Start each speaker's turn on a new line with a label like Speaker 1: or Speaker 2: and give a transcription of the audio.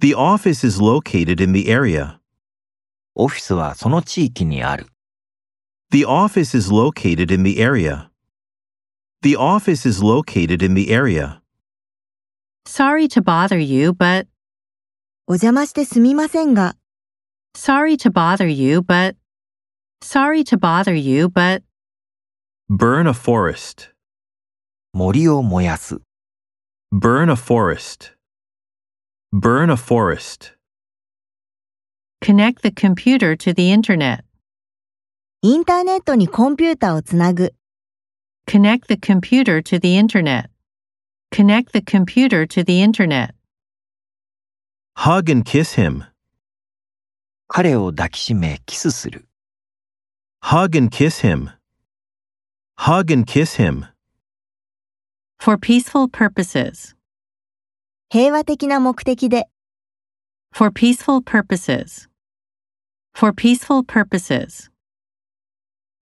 Speaker 1: The office is located in the area.
Speaker 2: オフィスはその地域にある。
Speaker 1: The office is located in the area. The office is located in the area.
Speaker 3: Sorry to bother you, but
Speaker 4: お邪魔してすみませんが、
Speaker 3: sorry to bother you, but sorry to bother you, but
Speaker 1: Burn a forest.
Speaker 2: 森を燃やす。
Speaker 1: Burn a forest. Burn a forest.
Speaker 3: connect the computer to the internet.
Speaker 4: インターネットにコンピュータをつなぐ、
Speaker 3: Connect the computer to the internet. Connect the computer to the internet.
Speaker 1: Hug and kiss him.
Speaker 2: 彼を抱きしめキスする。
Speaker 1: Hug and kiss him. Hug and kiss him.
Speaker 3: For peaceful purposes.
Speaker 4: 平和的な目的で、
Speaker 3: For peaceful purposes. For peaceful purposes.